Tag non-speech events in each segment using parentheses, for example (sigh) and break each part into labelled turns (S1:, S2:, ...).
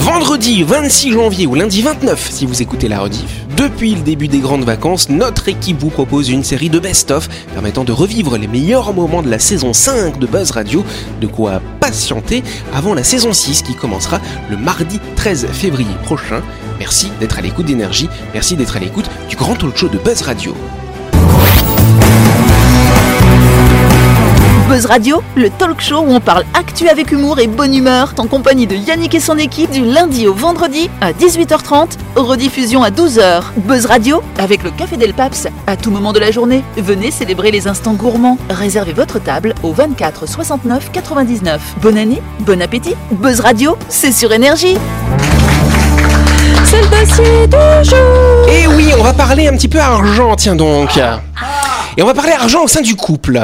S1: vendredi 26 janvier ou lundi 29 si vous écoutez la rediff. Depuis le début des grandes vacances, notre équipe vous propose une série de best-of permettant de revivre les meilleurs moments de la saison 5 de Buzz Radio, de quoi patienter avant la saison 6 qui commencera le mardi 13 février prochain. Merci d'être à l'écoute d'énergie, merci d'être à l'écoute du grand talk show de Buzz Radio.
S2: Buzz Radio, le talk show où on parle actu avec humour et bonne humeur, en compagnie de Yannick et son équipe du lundi au vendredi à 18h30, rediffusion à 12h. Buzz Radio, avec le Café Del Paps, à tout moment de la journée. Venez célébrer les instants gourmands. Réservez votre table au 24 69 99. Bonne année, bon appétit. Buzz Radio, c'est sur énergie.
S3: C'est le dossier du jour.
S1: Et Eh oui, on va parler un petit peu argent, tiens donc. Et on va parler argent au sein du couple.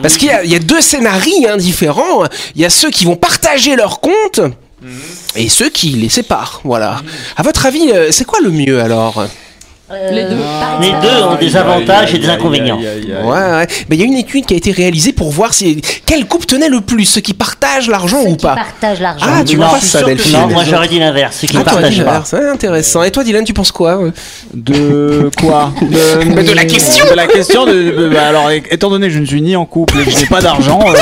S1: Parce qu'il y, a- il y a deux scénarios hein, différents. Il y a ceux qui vont partager leurs comptes et ceux qui les séparent. Voilà. À votre avis, euh, c'est quoi le mieux alors
S3: Les
S4: Euh,
S3: deux.
S5: Les deux ont des avantages et des inconvénients.
S1: Ouais, ouais. Ben, il y a une étude qui a été réalisée pour voir si quel couple tenait le plus, ceux qui partagent l'argent
S4: Ceux
S1: ou
S4: qui
S1: pas.
S4: partagent l'argent.
S1: Ah, tu
S5: Non,
S1: vois pas
S5: je suis
S1: ça,
S5: sûr que-
S1: Delphine
S5: Non, moi j'aurais dit l'inverse, ceux qui ne
S1: Ah, toi,
S5: partagent
S1: Dylan,
S5: pas.
S1: c'est intéressant. Et toi, Dylan, tu penses quoi euh
S6: De quoi
S1: (laughs)
S6: de...
S1: Bah, de la question.
S6: De la question de. de- bah, alors, é- étant donné que je ne suis ni en couple et que je n'ai pas d'argent. euh,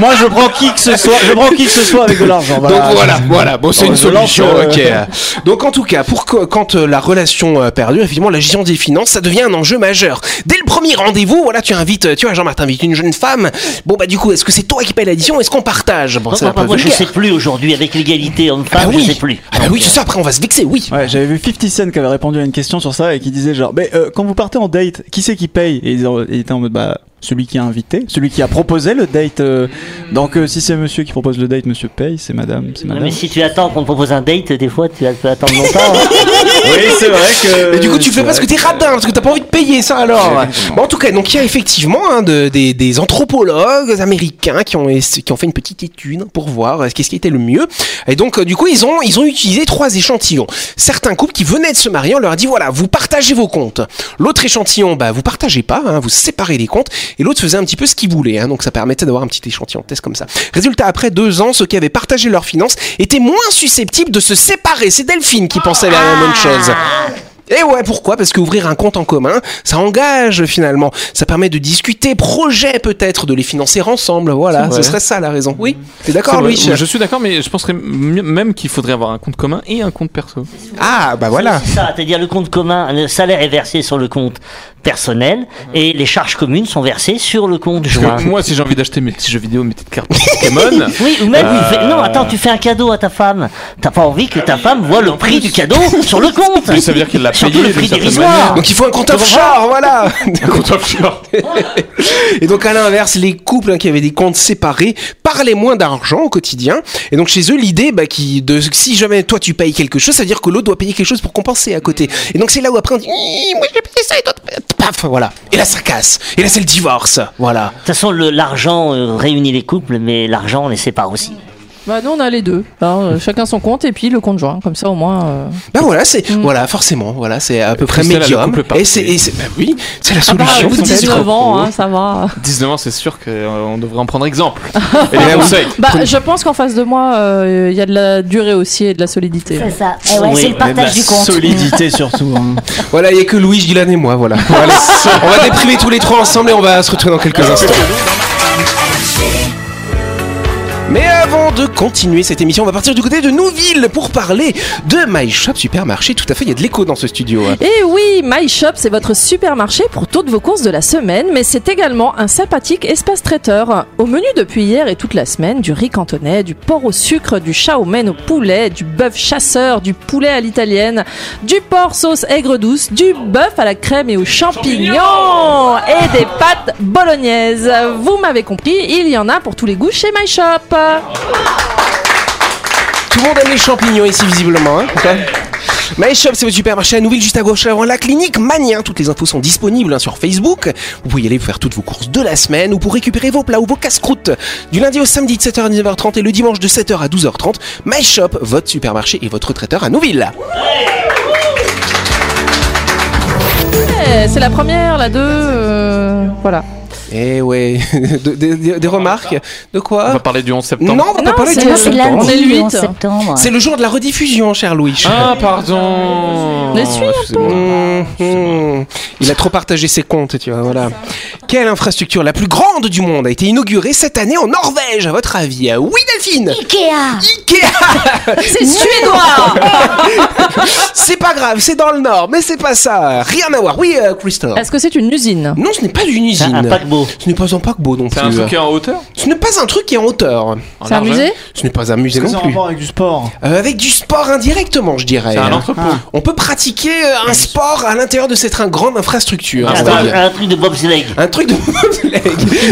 S6: Moi, je prends qui que ce soit. Je prends qui que ce soit avec de l'argent.
S1: Donc
S7: Ah,
S1: (laughs) voilà, voilà, bon, c'est
S6: On
S1: une
S6: se lance,
S1: solution,
S6: euh, (laughs)
S1: ok. Donc en tout cas, pour que- quand euh, la relation euh, perdure, effectivement, la gestion des finances, ça devient un enjeu majeur. Dès le premier rendez-vous, voilà, tu invites, euh, tu vois, Jean-Martin invite une jeune femme. Bon, bah du coup, est-ce que c'est toi qui paye l'addition Est-ce qu'on partage Bon,
S5: Moi,
S1: c'est un peu
S5: moi, je
S1: vulgaire.
S5: sais plus aujourd'hui, avec l'égalité
S1: Ah bah
S5: homme-femme, je
S1: oui,
S5: sais plus. euh,
S1: Ah bah oui, c'est ça, après on va se vexer, oui.
S6: Ouais, j'avais vu 50 Cent qui avait répondu à une question sur ça et qui disait genre, mais euh, quand vous partez en date, qui c'est qui paye Et ils ont- ils étaient en mode, bah, celui qui a invité, celui qui a proposé le date. euh, donc euh, si c'est monsieur qui propose le date, monsieur paye, c'est madame, c'est
S5: Non,
S6: madame.
S5: mais si tu attends qu'on te propose un date, des fois tu peux attendre longtemps. hein.
S7: (laughs)
S6: Oui, c'est vrai que.
S1: Et du coup, tu fais parce que t'es radin, parce que t'as pas envie de payer ça alors.
S6: Exactement.
S1: Bon, en tout cas, donc il y a effectivement hein, de- des, des anthropologues américains qui ont, ess- qui ont fait une petite étude pour voir euh, qu'est-ce qui était le mieux. Et donc, euh, du coup, ils ont, ils ont utilisé trois échantillons. Certains couples qui venaient de se marier, on leur a dit voilà, vous partagez vos comptes. L'autre échantillon, bah, vous partagez pas, hein, vous séparez les comptes. Et l'autre faisait un petit peu ce qu'il voulait. hein, donc, ça permettait d'avoir un petit échantillon de test comme ça. Résultat, après deux ans, ceux qui avaient partagé leurs finances étaient moins susceptibles de se séparer. C'est Delphine qui pensait la même chose. Et Eh ouais, pourquoi Parce qu'ouvrir un compte en commun, ça engage finalement. Ça permet de discuter projet peut-être, de les financer ensemble. Voilà,
S7: C'est
S1: ce
S7: vrai.
S1: serait ça la raison. Oui, t'es
S7: C'est
S1: d'accord,
S7: vrai.
S1: Louis
S7: Je suis d'accord, mais je penserais m- même qu'il faudrait avoir un compte commun et un compte perso.
S1: Ah, bah voilà.
S5: C'est ça, c'est-à-dire le compte commun, le salaire est versé sur le compte personnel et les charges communes sont versées sur le compte
S7: Parce que
S5: joint.
S7: moi, si j'ai envie d'acheter mes petits jeux vidéo, mes petites cartes
S1: (laughs)
S7: Pokémon,
S5: Oui, ou même,
S7: Euh,
S5: il fait- non, attends, tu fais un cadeau à ta femme. T'as pas envie que ta femme voit le prix du
S7: (laughs)
S5: cadeau sur le compte.
S7: Mais ça veut dire qu'elle l'a
S5: Surtout
S7: payé
S5: le prix
S7: d'une certaine
S5: dérisoire.
S1: Donc il faut un compte offshore, voilà.
S7: (laughs) un compte offshore.
S1: Et donc à l'inverse, les couples hein, qui avaient des comptes séparés parlaient moins d'argent au quotidien. Et donc chez eux, l'idée, bah, qui, de si jamais toi tu payes quelque chose, ça veut dire que l'autre doit payer quelque chose pour compenser à côté. Et donc c'est là où après on dit, Ih, moi j'ai payé ça et toi t'as payé- paf, voilà. Et là ça casse. Et là c'est le divorce, voilà.
S5: De toute façon, le- l'argent euh, réunit les couples, mais l'argent on les sépare aussi.
S3: Bah nous on a les deux. Hein, euh, chacun son compte et puis le compte joint. Comme ça au moins. euh,
S1: Bah voilà, c'est voilà, forcément, voilà, c'est à peu près
S7: Christelle a le
S1: médium.
S7: couple parfait.
S1: Et c'est et c'est- bah oui, c'est la
S3: Ah bah,
S1: solution.
S3: au bout de
S1: c'est
S3: 19
S1: sûr.
S3: ans, hein, ça va.
S7: 19 ans, c'est sûr qu'on devrait en prendre exemple.
S1: Ah,
S7: Et les conseils.
S3: Bah, je pense qu'en face de moi, euh, il y a de la durée aussi et de la solidité.
S4: C'est ça. Eh ouais,
S5: Oui.
S4: c'est le partage du compte.
S6: solidité surtout. hein.
S1: Voilà, il y a que Louis, Dylan et
S7: (laughs)
S1: moi, voilà. Voilà. on va déprimer tous les trois ensemble et on va se retrouver dans quelques instants. Mais avant de continuer cette émission, on va partir du côté de Nouville pour parler de My Shop Supermarché. Tout à fait, il y a de l'écho dans ce studio. hein.
S3: Et oui, My Shop, c'est votre supermarché pour toutes vos courses de la semaine, mais c'est également un sympathique espace traiteur. Au menu depuis hier et toute la semaine, du riz cantonais, du porc au sucre, du shaomen au poulet, du bœuf chasseur, du poulet à l'italienne, du porc sauce aigre douce, du bœuf à la crème et aux champignons et des pâtes bolognaises. Vous m'avez compris, il y en a pour tous les goûts chez My Shop.
S1: Tout le monde aime les champignons ici, visiblement. Hein Ok. My Shop, c'est votre supermarché à Nouville, juste à gauche avant la clinique Manien. Toutes les infos sont disponibles hein, sur Facebook. Vous pouvez y aller pour faire toutes vos courses de la semaine ou pour récupérer vos plats ou vos casse-croûtes. Du lundi au samedi de 7h à 19h30 et le dimanche de 7h à 12h30, My Shop, votre supermarché et votre traiteur à Nouville.
S3: Eh, C'est la première, la deux, euh, voilà.
S1: Eh ouais, (laughs) De- de- de- des remarques De
S7: On va
S1: quoi
S7: parler du 11 septembre.
S1: Non, on va pas
S3: Non,
S1: parler
S3: c'est
S1: du
S3: le-
S1: onze
S4: C'est
S1: septembre.
S3: On est
S4: lundi
S3: le
S4: le 11
S3: huit.
S4: septembre.
S1: C'est le jour de la rediffusion, cher Louis.
S7: Ah, pardon.
S3: Mais suis un
S7: Excusez-moi.
S1: Mhm. Il a trop partagé ses comptes, tu vois. Voilà. Quelle infrastructure la plus grande du monde a été inaugurée cette année en Norvège, à votre avis Ah Oui, Delphine
S4: Ikea
S1: Ikea
S3: C'est suédois
S1: (laughs) C'est pas grave, c'est dans le Nord, mais c'est pas ça. Rien à voir. Oui, euh, Christophe.
S3: Est-ce que c'est une usine
S1: Non, ce n'est pas une
S5: C'est un
S1: usine.
S5: paquebot.
S1: Ce n'est pas un paquebot non
S7: C'est
S1: plus.
S7: un truc qui est en hauteur
S1: Ce n'est pas un truc qui est en hauteur.
S7: En
S3: C'est un
S7: largeur
S3: musée
S1: Ce n'est pas un musée
S6: C'est
S1: non
S6: en
S1: plus.
S6: rapport avec du sport.
S1: Euh, avec du sport indirectement, je dirais.
S7: C'est un entrepôt.
S1: On peut pratiquer euh, un sport à l'intérieur de cette grande infrastructure.
S7: Ah,
S1: c'est
S5: Un,
S7: bah,
S1: vrai.
S5: un- un truc de bobsleigh.
S1: Un truc de bobsleigh.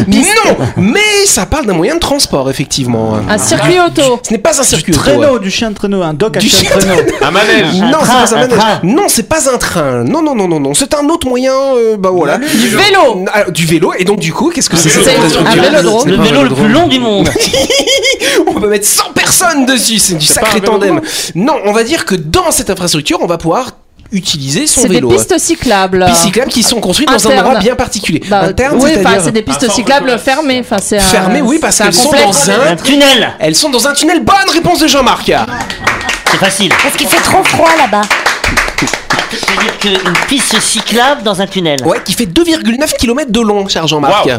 S1: non, mais ça parle d'un moyen de transport, effectivement.
S3: Un circuit auto
S1: Ce n'est pas un circuit. auto. hein.
S6: Traîneau, du chien de traîneau, un doc à
S1: Du
S6: chien de
S1: chien de
S6: traîneau.
S7: Un manège.
S1: Non, c'est
S5: train,
S1: pas un
S5: un
S1: manège.
S5: train.
S1: Non, c'est pas un train. Non, non, non, non, non. C'est un autre moyen. euh, bah voilà. Du
S3: vélo.
S1: du vélo. Et donc du coup, qu'est-ce que c'est
S3: vélo.
S1: cette
S3: C'est un
S1: infrastructure
S3: vélodrome.
S1: C'est
S5: Le
S1: pas un
S5: vélo le plus
S1: vélodrome.
S5: long du monde.
S1: On peut mettre 100 personnes dessus. C'est du
S7: C'est pas
S1: sacré
S7: un vélo
S1: tandem. Non, on va dire que dans cette infrastructure, on va pouvoir utiliser son
S3: C'est des
S1: vélo.
S3: pistes cyclables.
S1: Pistes cyclables qui sont construites dans un
S3: Internes.
S1: endroit bien particulier.
S3: Bah,
S1: Interne,
S3: oui, enfin,
S1: c'est-à-dire
S3: c'est des pistes cyclables fermées. Enfin, c'est un-
S1: fermées, oui, parce
S3: c'est un
S1: qu'elles sont
S3: complexe.
S1: dans un
S5: Un tunnel.
S1: Elles sont dans un tunnel. Bonne réponse de Jean-Marc.
S5: C'est facile.
S4: Parce qu'il fait trop froid là-bas.
S5: C'est-à-dire qu'une piste cyclable dans un tunnel.
S1: Ouais, qui fait 2,9 km de long, cher Jean-Marc.
S7: Waouh.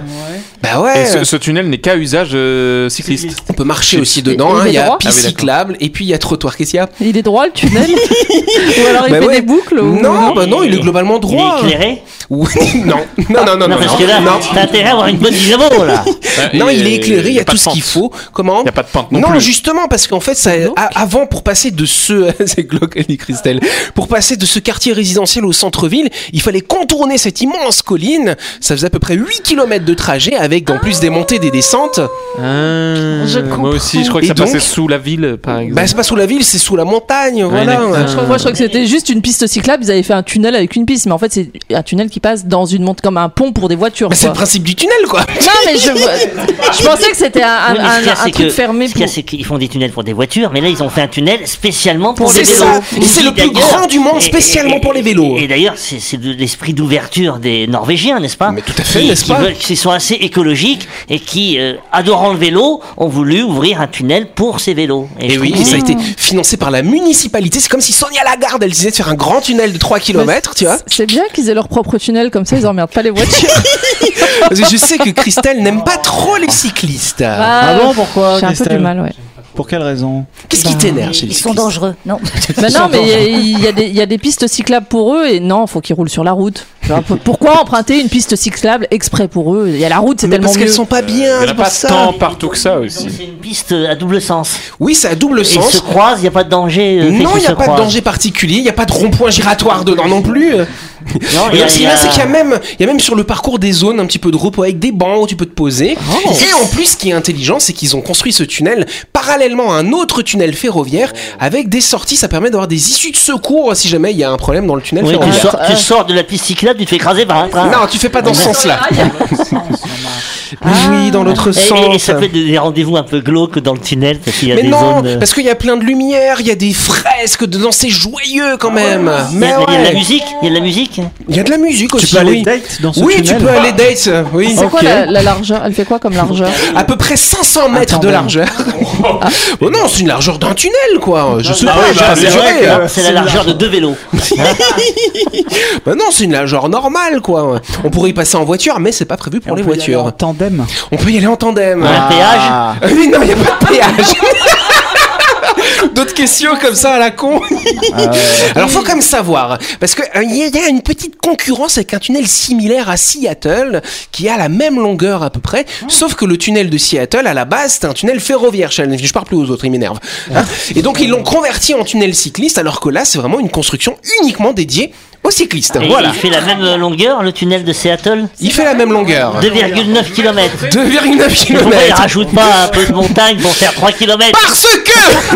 S1: Bah
S7: Et
S1: ouais.
S7: ce, ce tunnel n'est qu'à usage euh, cycliste.
S1: On peut marcher
S7: Et-
S1: aussi
S3: et
S1: dedans. hein.
S3: les
S1: Il y a
S3: droits
S1: piste
S7: Ah oui, d'accord.
S1: cyclable et puis il y a trottoir. Qu'est-ce qu'il y a
S3: Il est droit
S1: (laughs)
S3: le tunnel Ou alors il
S1: Bah
S3: fait
S1: ouais.
S3: des boucles ou-
S1: Non, bah non, il est globalement
S5: Il
S1: droit.
S5: est éclairé
S1: Oui, non, non, non, non,
S5: Non,
S1: non.
S5: parce que là,
S1: non.
S5: t'as intérêt à avoir une bonne dynamo, là.
S1: Non, il est éclairé, il y a
S7: pas
S1: tout
S7: de
S1: ce qu'il
S7: pente.
S1: faut. Comment
S7: Il n'y a pas de pente non,
S1: non,
S7: plus.
S1: justement, parce qu'en fait, ça, a- avant, pour passer de ce, (laughs) c'est glauque, elle dit Christelle, pour passer de ce quartier résidentiel au centre-ville, il fallait contourner cette immense colline. Ça faisait à peu près 8 km de trajet avec, en plus, des montées, des descentes.
S7: Ah,
S3: Je comprends.
S7: moi aussi, je crois que
S1: Et
S7: ça
S1: donc
S7: passait sous la ville, par exemple.
S1: Bah, c'est pas sous la ville, c'est sous la montagne, voilà.
S7: d'accord.
S3: Je crois- moi, je crois que c'était juste une piste cyclable. Ils avaient fait un tunnel avec une piste, mais en fait, c'est un tunnel qui passe dans une montre comme un pont pour des voitures.
S1: Bah, c'est le
S3: quoi.
S1: principe du tunnel, quoi.
S3: Non, mais je, je pensais que c'était un, un-
S5: Oui, mais ce qu'il
S3: un-
S5: y a,
S3: Ah, un
S5: c'est
S3: truc
S5: que-
S3: fermé
S5: Ce qu'il y a,
S3: pour.
S5: c'est qu'ils font des tunnels pour des voitures, mais là, ils ont fait un tunnel spécialement pour les
S1: C'est
S5: vélos.
S1: ça. Et c'est le plus
S5: D'ailleurs-
S1: grand du monde,
S5: et- et-
S1: spécialement
S5: et-
S1: pour les vélos.
S5: Et, et d'ailleurs, c'est c'est de l'esprit d'ouverture des Norvégiens, n'est-ce pas
S1: Mais tout à fait,
S5: Qui-
S1: n'est-ce
S5: qui
S1: pas
S5: veulent- Qui sont assez écologiques et qui, euh, adorant le vélo, ont voulu ouvrir un tunnel pour ces vélos.
S1: Et
S7: Eh
S5: je
S1: oui,
S5: trouve que
S1: ça a
S5: c'est-
S1: été financé par la municipalité. C'est comme si Sonia Lagarde, elle disait de faire un grand tunnel de 3 km, tu
S3: (laughs)
S1: vois.
S3: C'est bien qu'ils aient leur propre tunnel, comme ça, ils emmerdent pas les voitures.
S1: Parce que je sais que Christelle n'aime pas trop les cyclistes.
S6: Ah bon, pourquoi
S3: J'ai un peu
S6: Christelle
S3: du mal, ouais.
S6: Pour quelle
S1: (laughs)
S6: raison
S1: Qu'est-ce qui t'énerve chez les
S4: Ils sont
S1: cyclistes
S4: dangereux. Non.
S3: Bah non, mais il y a- il y, a des- il y a des pistes cyclables pour eux et non, faut qu'ils roulent sur la route. Genre, pour- Pourquoi emprunter une piste cyclable exprès pour eux Il y a la route, c'est
S1: Mais
S3: tellement
S1: parce
S3: mieux.
S1: qu'elles sont pas
S7: Il n'y en
S1: bien,
S7: a
S1: c'est pour
S7: pas
S1: ça.
S7: tant partout que ça
S5: Donc,
S7: aussi.
S5: C'est une piste euh, à double sens.
S1: Oui, ça a double
S5: Et Ils
S1: sens.
S5: se croisent, il n'y a pas de danger. euh, fait
S1: Non,
S5: qu'ils
S1: il n'y
S5: se
S1: a pas de
S5: croisent.
S1: danger particulier, il n'y a pas de rond-point giratoire dedans non plus.
S5: Non, il
S1: Et
S5: y
S1: donc,
S5: a-
S1: ce
S5: il
S1: qu'il
S5: y
S1: y a,
S5: a-
S1: c'est qu'il y a même, il y a même sur le parcours des zones un petit peu de repos avec des bancs où tu peux te poser.
S5: Oh.
S1: Et en plus, ce qui est intelligent, c'est qu'ils ont construit ce tunnel parallèlement à un autre tunnel ferroviaire avec des sorties. Ça permet d'avoir des issues de secours si jamais il y a un problème dans le tunnel
S5: Oui, tu,
S1: ferroviaire.
S5: sors, tu sors de la piste cyclable, tu te fais écraser par un train.
S1: Non, tu fais pas dans ce
S5: (laughs)
S1: sens-là. Oui, oui, dans l'autre
S5: Ah. Et,
S1: sens.
S5: et- et ça fait des des rendez-vous un peu glauques dans le tunnel parce qu'il y a
S1: Mais
S5: des
S1: non,
S6: euh,
S5: zones. euh,
S1: parce qu'il y a plein de lumière, il y a des fresques dedans, c'est joyeux quand même.
S5: Il y,
S1: Mais
S5: a, il y a de la
S1: ouais.
S5: musique, il y a de la musique.
S1: Il y a de la musique aussi.
S6: Tu peux aller
S1: oui.
S6: date dans ce
S1: Oui,
S6: tunnel
S1: tu peux aller date, oui.
S3: C'est quoi
S6: Ok.
S3: la, la largeur Elle fait quoi comme largeur
S1: À peu près 500 mètres de
S6: Attends, ben. (laughs)
S1: largeur. bon, non, c'est une largeur d'un tunnel, quoi. Je sais
S6: Bah
S1: pas,
S6: oui,
S1: j'ai
S6: bah,
S1: pas hein.
S6: c'est
S1: mesuré.
S6: vrai que-
S5: C'est la largeur de deux vélos.
S1: Bah non, c'est une largeur normale, quoi. On pourrait y passer en voiture, mais c'est pas prévu pour
S6: On
S1: les
S6: peut y aller
S1: voitures.
S6: en tandem.
S1: On peut y aller en tandem.
S5: Un péage.
S1: Ah (laughs) oui, non, il n'y a pas de péage. (laughs) D'autres questions comme ça à la con Alors faut quand même savoir, parce qu'il y a une petite concurrence avec un tunnel similaire à Seattle, qui a la même longueur à peu près, sauf que le tunnel de Seattle, à la base, c'était un tunnel ferroviaire, Challenge. je parle plus aux autres, ils m'énervent. Hein Et donc ils l'ont converti en tunnel cycliste, alors que là, c'est vraiment une construction uniquement dédiée aux cyclistes.
S5: Et
S1: Ben voilà,
S5: Il fait la même longueur, le tunnel de Seattle.
S1: il fait la même longueur.
S5: 2,9 km.
S1: 2,9
S5: Pourquoi ils
S1: km.
S5: rajoutent pas un peu de montagne pour faire 3 km
S1: Parce que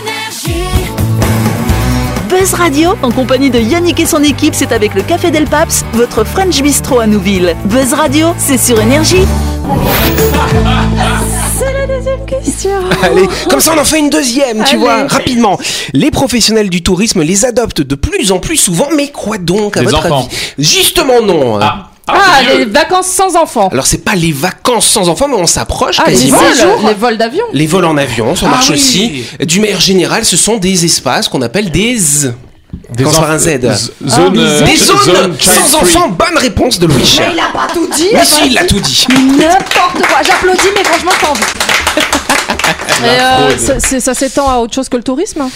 S8: Energia.
S2: Buzz Radio, en compagnie de Yannick et son équipe, c'est avec le Café Del Paps, votre French Bistro à Nouville. Buzz Radio, c'est sur Énergie.
S3: Question.
S1: Allez, comme ça on en fait une deuxième, tu
S3: Allez.
S1: vois, rapidement. Les professionnels du tourisme les adoptent de plus en plus souvent, mais quoi donc à
S9: Les
S1: votre
S9: enfants.
S1: avis Justement non. hein.
S9: Ah,
S3: Ah,
S9: c'est
S3: les
S9: vieux.
S3: vacances sans enfants.
S1: Alors c'est pas les vacances sans enfants, mais on s'approche
S3: Ah, les
S1: quasiment.
S3: vols, les vols d'avion.
S1: Les vols en avion, ça
S9: Ah
S1: marche
S9: oui.
S1: aussi. Du manière générale, ce sont des espaces qu'on appelle des z-
S9: Euh, Des
S1: Quand ça
S9: enf-
S1: aura un Z.
S9: z- Zone, euh,
S1: Ah, des
S9: ch-
S1: zones
S9: zone
S1: sans
S9: child-free.
S1: enfants. Bonne réponse de Louis Cher.
S3: a pas tout dit.
S1: Mais si, il a tout dit.
S3: N'importe quoi. J'applaudis, mais franchement, t'en euh, ça, c'est- ça s'étend à autre chose que le tourisme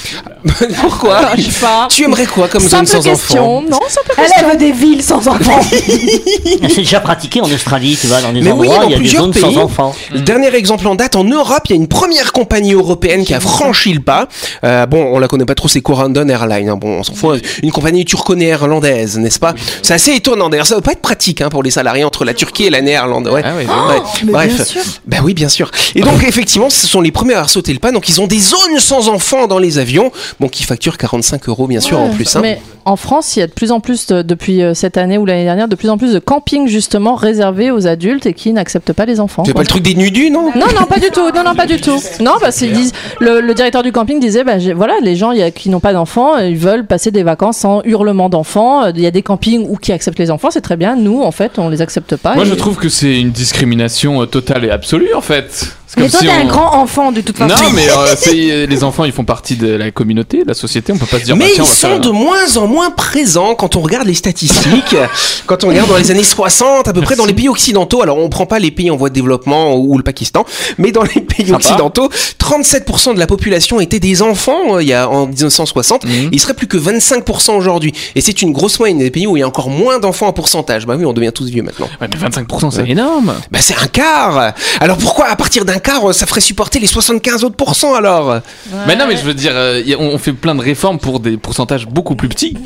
S1: Pourquoi
S3: Je sais pas.
S1: Tu aimerais quoi comme zone
S3: simple
S1: sans
S3: question.
S1: enfants
S3: Non, simple
S10: Elle
S3: question.
S10: veut des villes sans enfants.
S5: C'est déjà pratiqué en Australie, tu vois, dans des
S1: Bah, Mais oui,
S5: endroits,
S1: dans
S5: il y a des
S1: plusieurs
S5: zones
S1: pays.
S5: sans enfants.
S1: Le dernier exemple en date, en Europe, il y a une première compagnie européenne qui a franchi le pas. Euh, bon, on la connaît pas trop, c'est Corendon Airline. hein. Bon, on s'en fout. Une compagnie turco-néerlandaise, n'est-ce pas C'est assez étonnant. D'ailleurs, ça doit pas être pratique hein, pour les salariés entre la Turquie et la Néerlande. Ouais.
S4: Ah ouais,
S1: Ouais. Bref. Ben oui, bien sûr. Et donc, effectivement, ce sont les premiers à sauter le pas. Donc, ils ont des zones sans enfants dans les avions. Bon, qui facturent 45 euros, bien sûr, en plus. hein.
S3: Mais en France, il y a de plus en plus, de- depuis euh, cette année ou l'année dernière, de plus en plus de campings justement réservés aux adultes et qui n'acceptent pas les enfants.
S1: C'est pas
S3: quoi.
S1: le truc des nudus, non
S3: Non, non, pas du tout. Non, non, pas du tout. Non, parce qu'ils disent, le, le directeur du camping disait, bah, j'ai- voilà, les gens il y a- qui n'ont pas d'enfants, euh, ils veulent passer des vacances sans hurlement d'enfants. Euh, Il y a des campings où qui acceptent les enfants, c'est très bien. Nous, en fait, on les accepte pas.
S9: Moi,
S3: Et-
S9: je trouve que c'est une discrimination euh, totale et absolue, en fait. C'est
S10: Mais toi, t'es
S9: on-
S10: un grand enfant de toute façon.
S9: Non, mais euh, c'est- euh, les enfants, ils font partie de la communauté, de la société. On peut pas se dire. bah,
S1: Mais
S9: tiens,
S1: ils
S9: on va faire
S1: sont
S9: un-
S1: de moins en moins présents quand on regarde les statistiques. (laughs) quand on regarde dans les années 60, à peu près dans les pays occidentaux, alors on prend pas les pays en voie de développement ou le Pakistan, mais dans les pays occidentaux, 37% de la population était des enfants euh, il y a en 1960.
S9: Mhm.
S1: Il serait plus que 25% aujourd'hui. Et c'est une grosse moyenne des pays où il y a encore moins d'enfants en pourcentage. Bah oui, on devient tous vieux maintenant.
S9: Ouais, mais 25%, c'est énorme.
S1: Bah c'est un quart. Alors pourquoi à partir d'un quart, ça ferait supporter les 75 autres pourcents alors
S9: Mais non, mais je veux dire, euh, y a- on on fait plein de réformes pour des pourcentages beaucoup plus petits.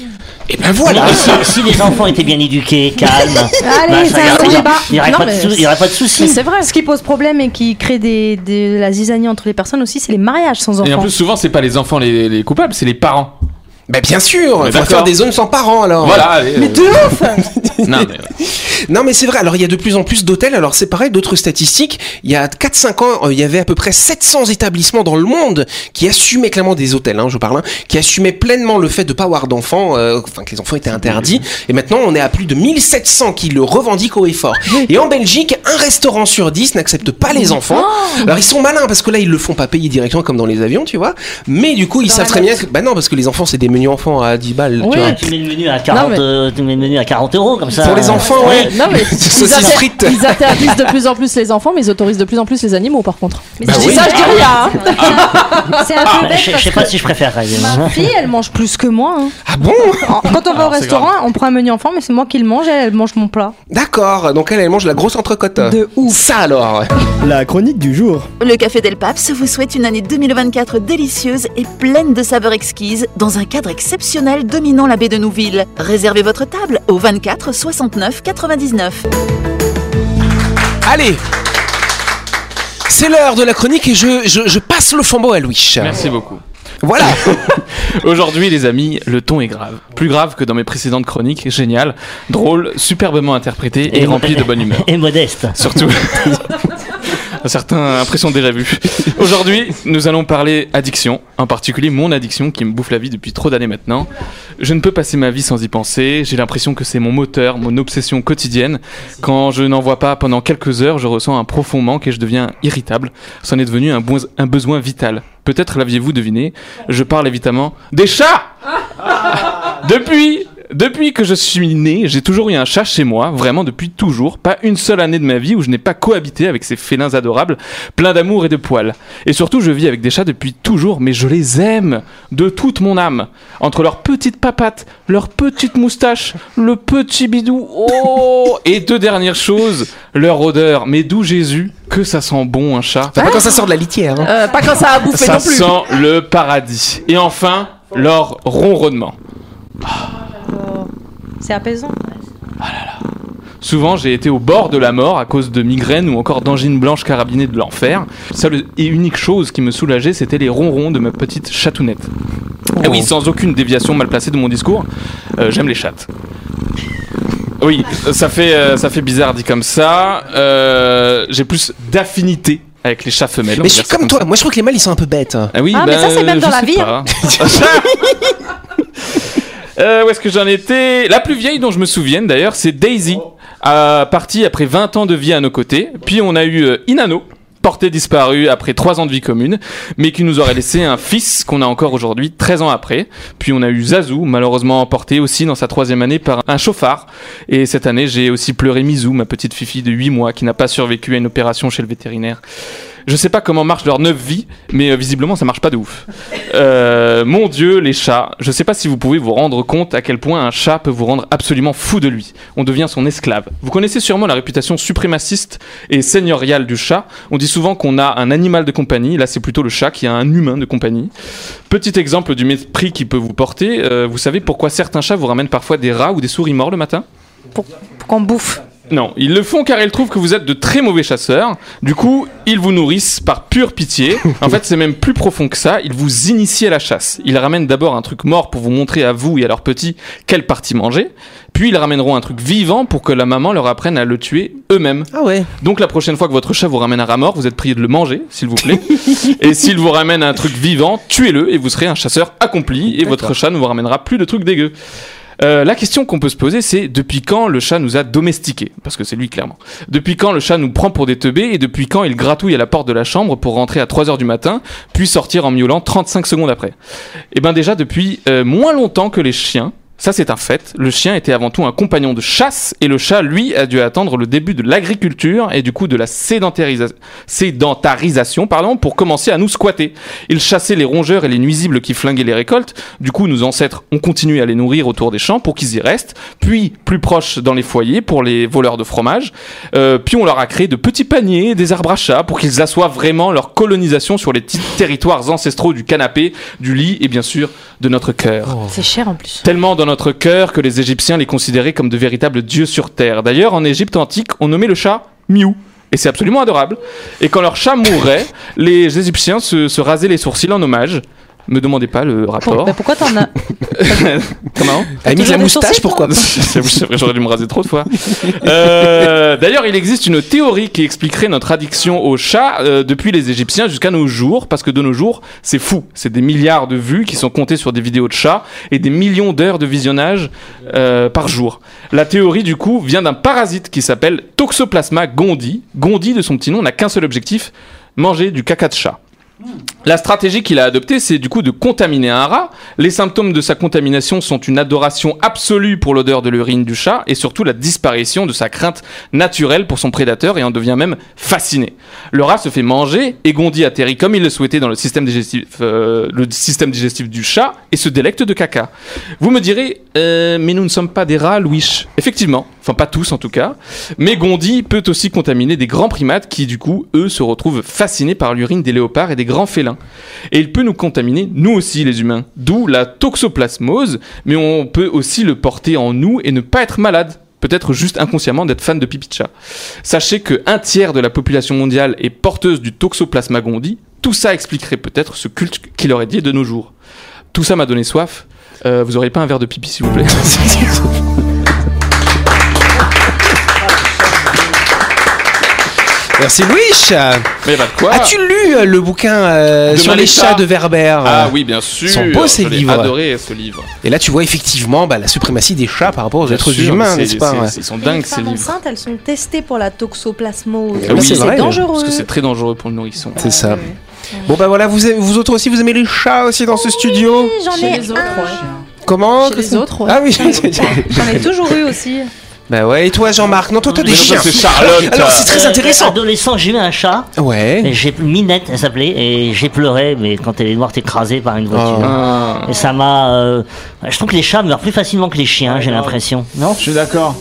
S1: Et ben voilà.
S5: Mais si, si les enfants étaient bien éduqués, calmes, bah,
S10: Allez,
S5: machin,
S10: c'est un
S5: il
S10: gros
S5: n'y aurait,
S10: débat.
S5: il y aurait
S3: Non,
S5: pas de
S3: mais
S5: sou- il y aurait pas de
S3: Mais
S5: soucis.
S3: c'est vrai.
S10: Ce qui pose problème et qui crée des, de la zizanie entre les personnes aussi, c'est les mariages sans
S9: Et en
S10: enfants.
S9: plus, souvent, c'est pas les enfants les, les coupables, c'est les parents.
S1: Bah bien sûr,
S9: Mais
S1: faut faire
S9: d'accord.
S1: des zones sans parents alors.
S9: Voilà. allez, euh, non, mais,
S1: Non mais c'est vrai, alors il y a de plus en plus d'hôtels, alors c'est pareil, d'autres statistiques, il y a 4-5 ans, euh, il y avait à peu près 700 établissements dans le monde qui assumaient clairement des hôtels, hein, je parle, hein, qui assumaient pleinement le fait de pas avoir d'enfants, euh, enfin que les enfants étaient interdits, et maintenant on est à plus de 1700 qui le revendiquent haut et fort. Et en Belgique, un restaurant sur 10 n'accepte pas les enfants. Alors ils sont malins parce que là ils le font pas payer directement comme dans les avions, tu vois, mais du coup ils
S10: Dans
S1: savent
S10: la
S1: très bien
S10: note.
S1: que... Bah non, parce que les enfants c'est des menus enfants à 10 balles, tu
S3: Oui.
S1: vois.
S5: Tu mets le menu à 40,
S3: mais-
S5: euh, tu mets le menu à 40 euros comme ça.
S1: Pour les
S5: euh,
S1: enfants, ouais.
S3: Non,
S1: (laughs)
S3: mais ils,
S1: Saucisse
S3: inter-
S1: frite.
S3: ils interdisent de plus en plus les enfants, mais ils autorisent de plus en plus les animaux, par contre.
S10: Mais
S1: Bah
S10: c'est-
S1: oui. Ah.
S3: Ça, je dis rien. hein.
S10: C'est un peu
S5: bah,
S10: bête
S5: je, je
S10: parce
S5: sais pas
S10: que
S5: si je préfère. euh,
S10: ma fille, elle mange plus que moi. hein.
S1: Ah bon
S10: En- Quand on va au
S9: Alors, c'est
S10: restaurant, on prend un menu enfant, mais c'est moi qui le mange, elle, elle mange mon plat.
S1: D'accord, donc elle, elle mange la grosse entrecôte. De ouf. Ça alors
S11: La chronique du jour.
S2: Le Café Del Paps vous souhaite une année 2024 délicieuse et pleine de saveurs exquises dans un cadre exceptionnel dominant la baie de Nouville. Réservez votre table au 24 69 99.
S1: Allez c'est l'heure de la chronique et je, je, je passe le flambeau à Louis.
S9: merci beaucoup.
S1: Voilà.
S4: (laughs) Aujourd'hui, les amis, le ton est grave. Plus grave que dans mes précédentes chroniques. Génial, drôle, superbement interprété et,
S5: Et
S4: rempli de
S5: modeste.
S4: bonne humeur.
S5: Et modeste. (laughs)
S4: Surtout. (laughs) Un certain impression déjà vue. Aujourd'hui, nous allons parler addiction, en particulier mon addiction qui me bouffe la vie depuis trop d'années maintenant. Je ne peux passer ma vie sans y penser, j'ai l'impression que c'est mon moteur, mon obsession quotidienne. Quand je n'en vois pas pendant quelques heures, je ressens un profond manque et je deviens irritable. C'en est devenu un, bois- un besoin vital. Peut-être l'aviez-vous deviné, je parle évidemment des chats depuis, depuis que je suis né, j'ai toujours eu un chat chez moi, vraiment depuis toujours. Pas une seule année de ma vie où je n'ai pas cohabité avec ces félins adorables, pleins d'amour et de poils. Et surtout, je vis avec des chats depuis toujours, mais je les aime de toute mon âme. Entre leurs petites papates, leurs petites moustaches, le petit bidou, oh Et deux dernières choses, leur odeur. Mais d'où Jésus, que ça sent bon un chat
S1: Enfin, pas quand ça sort de la litière. hein.
S3: Euh, pas quand ça a bouffé
S4: ça
S3: non plus.
S4: sent le paradis. Et enfin, leur ronronnement.
S10: C'est apaisant.
S4: Souvent, j'ai été au bord de la mort à cause de migraines ou encore d'angines blanches carabinées de l'enfer. Seule et unique chose qui me soulageait, c'était les ronrons de ma petite chatounette. Ah oui, sans aucune déviation mal placée de mon discours, euh, j'aime les chattes. Oui, ça fait, euh, ça fait bizarre dit comme ça. Euh, J'ai plus d'affinité avec les chats femelles. on
S1: Mais je
S4: va
S1: suis
S4: dire ça
S1: comme toi,
S4: ça.
S1: moi je trouve que les mâles ils sont un peu bêtes. hein.
S4: Ah oui,
S8: Ah, mais
S4: bah,
S8: ça, c'est même
S4: je
S8: dans la
S4: sais
S8: vie, hein.
S4: pas. (laughs) Euh, où est-ce que j'en étais La plus vieille dont je me souvienne d'ailleurs, c'est Daisy, euh, partie après 20 ans de vie à nos côtés. Puis on a eu euh, Inano, portée disparue après 3 ans de vie commune, mais qui nous aurait laissé un fils qu'on a encore aujourd'hui, 13 ans après. Puis on a eu Zazu, malheureusement emportée aussi dans sa troisième année par un chauffard. Et cette année, j'ai aussi pleuré Mizu, ma petite fifi de 8 mois, qui n'a pas survécu à une opération chez le vétérinaire. Je sais pas comment marche leur neuf vie, mais euh, visiblement ça marche pas de ouf. Euh, mon dieu, les chats. Je sais pas si vous pouvez vous rendre compte à quel point un chat peut vous rendre absolument fou de lui. On devient son esclave. Vous connaissez sûrement la réputation suprémaciste et seigneuriale du chat. On dit souvent qu'on a un animal de compagnie. Là, c'est plutôt le chat qui a un humain de compagnie. Petit exemple du mépris qu'il peut vous porter. Euh, vous savez pourquoi certains chats vous ramènent parfois des rats ou des souris morts le matin
S8: pour qu'on bouffe.
S4: non, ils le font car ils trouvent que vous êtes de très mauvais chasseurs. Du coup, ils vous nourrissent par pure pitié. En fait, c'est même plus profond que ça. Ils vous initient à la chasse. Ils ramènent d'abord un truc mort pour vous montrer à vous et à leurs petits quelle partie manger. Puis ils ramèneront un truc vivant pour que la maman leur apprenne à le tuer eux-mêmes.
S1: Ah ouais.
S4: Donc la prochaine fois que votre chat vous ramène un rat mort, vous êtes prié de le manger, s'il vous plaît. et s'il vous ramène un truc vivant, tuez-le et vous serez un chasseur accompli et votre chat ne vous ramènera plus de trucs dégueux. Euh, la question qu'on peut se poser, c'est depuis quand le chat nous a domestiqués Parce que c'est lui, clairement. Depuis quand le chat nous prend pour des teubés et depuis quand il gratouille à la porte de la chambre pour rentrer à 3h du matin, puis sortir en miaulant 35 secondes après Eh bien, déjà depuis euh, moins longtemps que les chiens. Ça, c'est un fait. Le chien était avant tout un compagnon de chasse et le chat, lui, a dû attendre le début de l'agriculture et du coup de la sédentarisa- sédentarisation pardon, pour commencer à nous squatter. Il chassait les rongeurs et les nuisibles qui flinguaient les récoltes. Du coup, nos ancêtres ont continué à les nourrir autour des champs pour qu'ils y restent, puis plus proches dans les foyers pour les voleurs de fromage. Euh, puis on leur a créé de petits paniers, des arbres à chats pour qu'ils assoient vraiment leur colonisation sur les petits (laughs) territoires ancestraux du canapé, du lit et bien sûr de notre cœur
S8: C'est cher en plus.
S4: tellement dans notre cœur que les Égyptiens les considéraient comme de véritables dieux sur terre. D'ailleurs, en Égypte antique, on nommait le chat Miou. Et c'est absolument adorable. Et quand leur chat mourait, les Égyptiens se, se rasaient les sourcils en hommage. Me demandez pas le
S8: Pour-
S3: (laughs)
S4: rapport.
S8: bah, pourquoi t'en as
S4: Comment
S1: Elle a mis
S8: toujours
S1: la
S8: des
S1: moustache,
S8: sourcils,
S1: pourquoi pas
S4: (laughs) C'est c'est vrai, j'aurais dû me raser trop
S8: (laughs)
S4: de fois. Euh, D'ailleurs, il existe une théorie qui expliquerait notre addiction au chat euh, depuis les Égyptiens jusqu'à nos jours, parce que de nos jours, c'est fou. C'est des milliards de vues qui sont comptées sur des vidéos de chats et des millions d'heures de visionnage euh, par jour. La théorie, du coup, vient d'un parasite qui s'appelle Toxoplasma gondii. Gondii, de son petit nom, n'a qu'un seul objectif manger du caca de chat. La stratégie qu'il a adoptée, c'est du coup de contaminer un rat. Les symptômes de sa contamination sont une adoration absolue pour l'odeur de l'urine du chat et surtout la disparition de sa crainte naturelle pour son prédateur et en devient même fasciné. Le rat se fait manger et Gondi atterrit comme il le souhaitait dans le système digestif, euh, le système digestif du chat et se délecte de caca. Vous me direz, euh, mais nous ne sommes pas des rats, Louis. Effectivement, enfin pas tous en tout cas. Mais Gondi peut aussi contaminer des grands primates qui, du coup, eux, se retrouvent fascinés par l'urine des léopards et des grands félins. Et il peut nous contaminer, nous aussi, les humains. D'où la toxoplasmose, mais on peut aussi le porter en nous et ne pas être malade. Peut-être juste inconsciemment d'être fan de pipi de chat. Sachez que un tiers de la population mondiale est porteuse du toxoplasma gondii. Tout ça expliquerait peut-être ce culte qu'il aurait dit de nos jours. Tout ça m'a donné soif. Euh, vous auriez pas un verre de pipi, s'il vous plaît (laughs)
S1: Merci Louis.
S4: Mais bah quoi
S1: As-tu lu euh, le bouquin euh,
S4: De
S1: sur les
S4: Malika.
S1: chats de Werber
S4: Ah oui, bien sûr.
S1: sont beaux, ces
S4: Je l'ai
S1: livres.
S4: adoré ce livre.
S1: Et là, tu vois effectivement bah, la suprématie des chats par rapport aux
S4: Bien
S1: êtres
S4: sûr,
S1: humains,
S4: c'est-
S1: n'est-ce pas
S4: c'est-
S1: ouais.
S4: c'est- Ils sont
S8: Les
S4: dingues ces
S8: femmes
S4: livres.
S8: enceintes, elles sont testées pour la toxoplasmose.
S1: Ah oui, c'est
S8: c'est
S1: vrai,
S8: dangereux.
S4: Parce que c'est très dangereux pour le nourrisson.
S1: C'est ça. Bon bah voilà, vous, aimez- vous autres aussi, vous aimez les chats aussi dans ce studio
S8: J'en
S3: Chez
S8: ai
S3: les autres,
S8: un.
S3: ouais.
S1: Comment
S3: Chez les autres, ouais.
S1: Ah oui. (laughs)
S8: J'en ai toujours eu aussi.
S1: bah ouais, et toi Jean-Marc Non, toi t'as des
S5: Mais non,
S1: chiens.
S5: c'est
S4: Charlotte.
S1: Alors c'est très
S5: Euh,
S1: intéressant.
S5: Adolescent, j'ai eu un chat.
S1: Ouais.
S5: Et J'ai Minette, elle s'appelait, et j'ai pleuré, mais quand elle est noire, t'es écrasé par une voiture.
S4: Ah.
S5: Et ça m'a. euh, Je trouve que les chats meurent plus facilement que les chiens, j'ai l'impression. Non
S6: Je suis d'accord.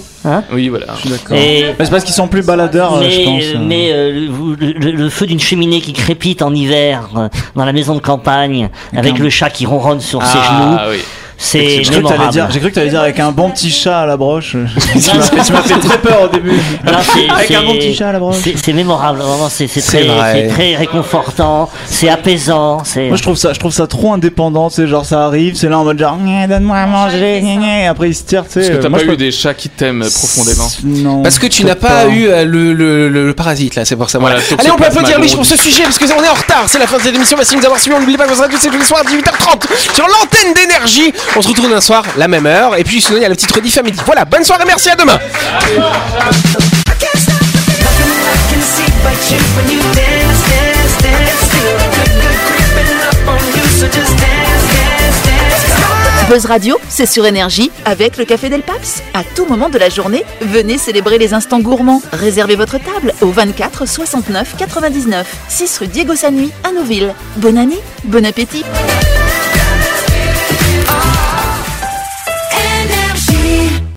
S4: Oui, voilà.
S6: Je suis d'accord.
S5: Et-
S6: Mais C'est parce qu'ils sont plus baladeurs, euh, je
S5: mais
S6: pense.
S5: euh, mais, euh, le, vous- le- le- le feu d'une cheminée qui crépite en hiver euh, dans la maison de campagne avec le chat qui ronronne sur ses genoux
S4: Ah oui.
S5: C'est
S6: J'ai cru que t'allais
S5: mémorable.
S6: dire, j'ai cru que t'allais dire avec un bon petit chat à la broche.
S5: Non, non,
S6: tu m'as fait très peur au début.
S5: non, c'est-
S6: (laughs) Avec un
S5: c'est-
S6: bon petit chat à la broche.
S5: C'est c'est mémorable, vraiment, c'est c'est
S1: C'est
S5: très,
S1: vrai.
S5: c'est très réconfortant, c'est apaisant, c'est.
S6: Moi je trouve ça, je trouve ça trop indépendant, c'est genre ça arrive, c'est là en mode genre Gna, donne-moi
S1: Ah,
S6: à manger, gna, gna et après il se tire, tu sais.
S7: Parce que
S6: euh,
S7: t'as
S6: moi,
S7: pas
S6: je
S7: eu des chats qui t'aiment profondément.
S6: Non.
S1: Parce que tu n'as pas, eu euh, le, le- le- le parasite là, c'est pour ça. Voilà.
S7: Voilà, sur
S1: Allez,
S7: ce
S1: on peut
S7: plasma
S1: applaudir Louis
S7: gros
S1: pour
S7: du-
S1: ce sujet parce que on est en retard. C'est la fin de cette émission. Merci de nous avoir suivis. On n'oublie pas que vous radio c'est tous les soirs à 18h30 sur l'antenne d'énergie. On se retrouve demain soir, la même heure. Et puis sinon, il y a la petite rediff à midi. Voilà, bonne soirée, merci à demain.
S2: Buzz Radio, c'est sur énergie avec le Café Del Paps. À tout moment de la journée, venez célébrer les instants gourmands. Réservez votre table au 24 69 99 6 rue Diego Sanui à Nouville. Bonne année, bon appétit.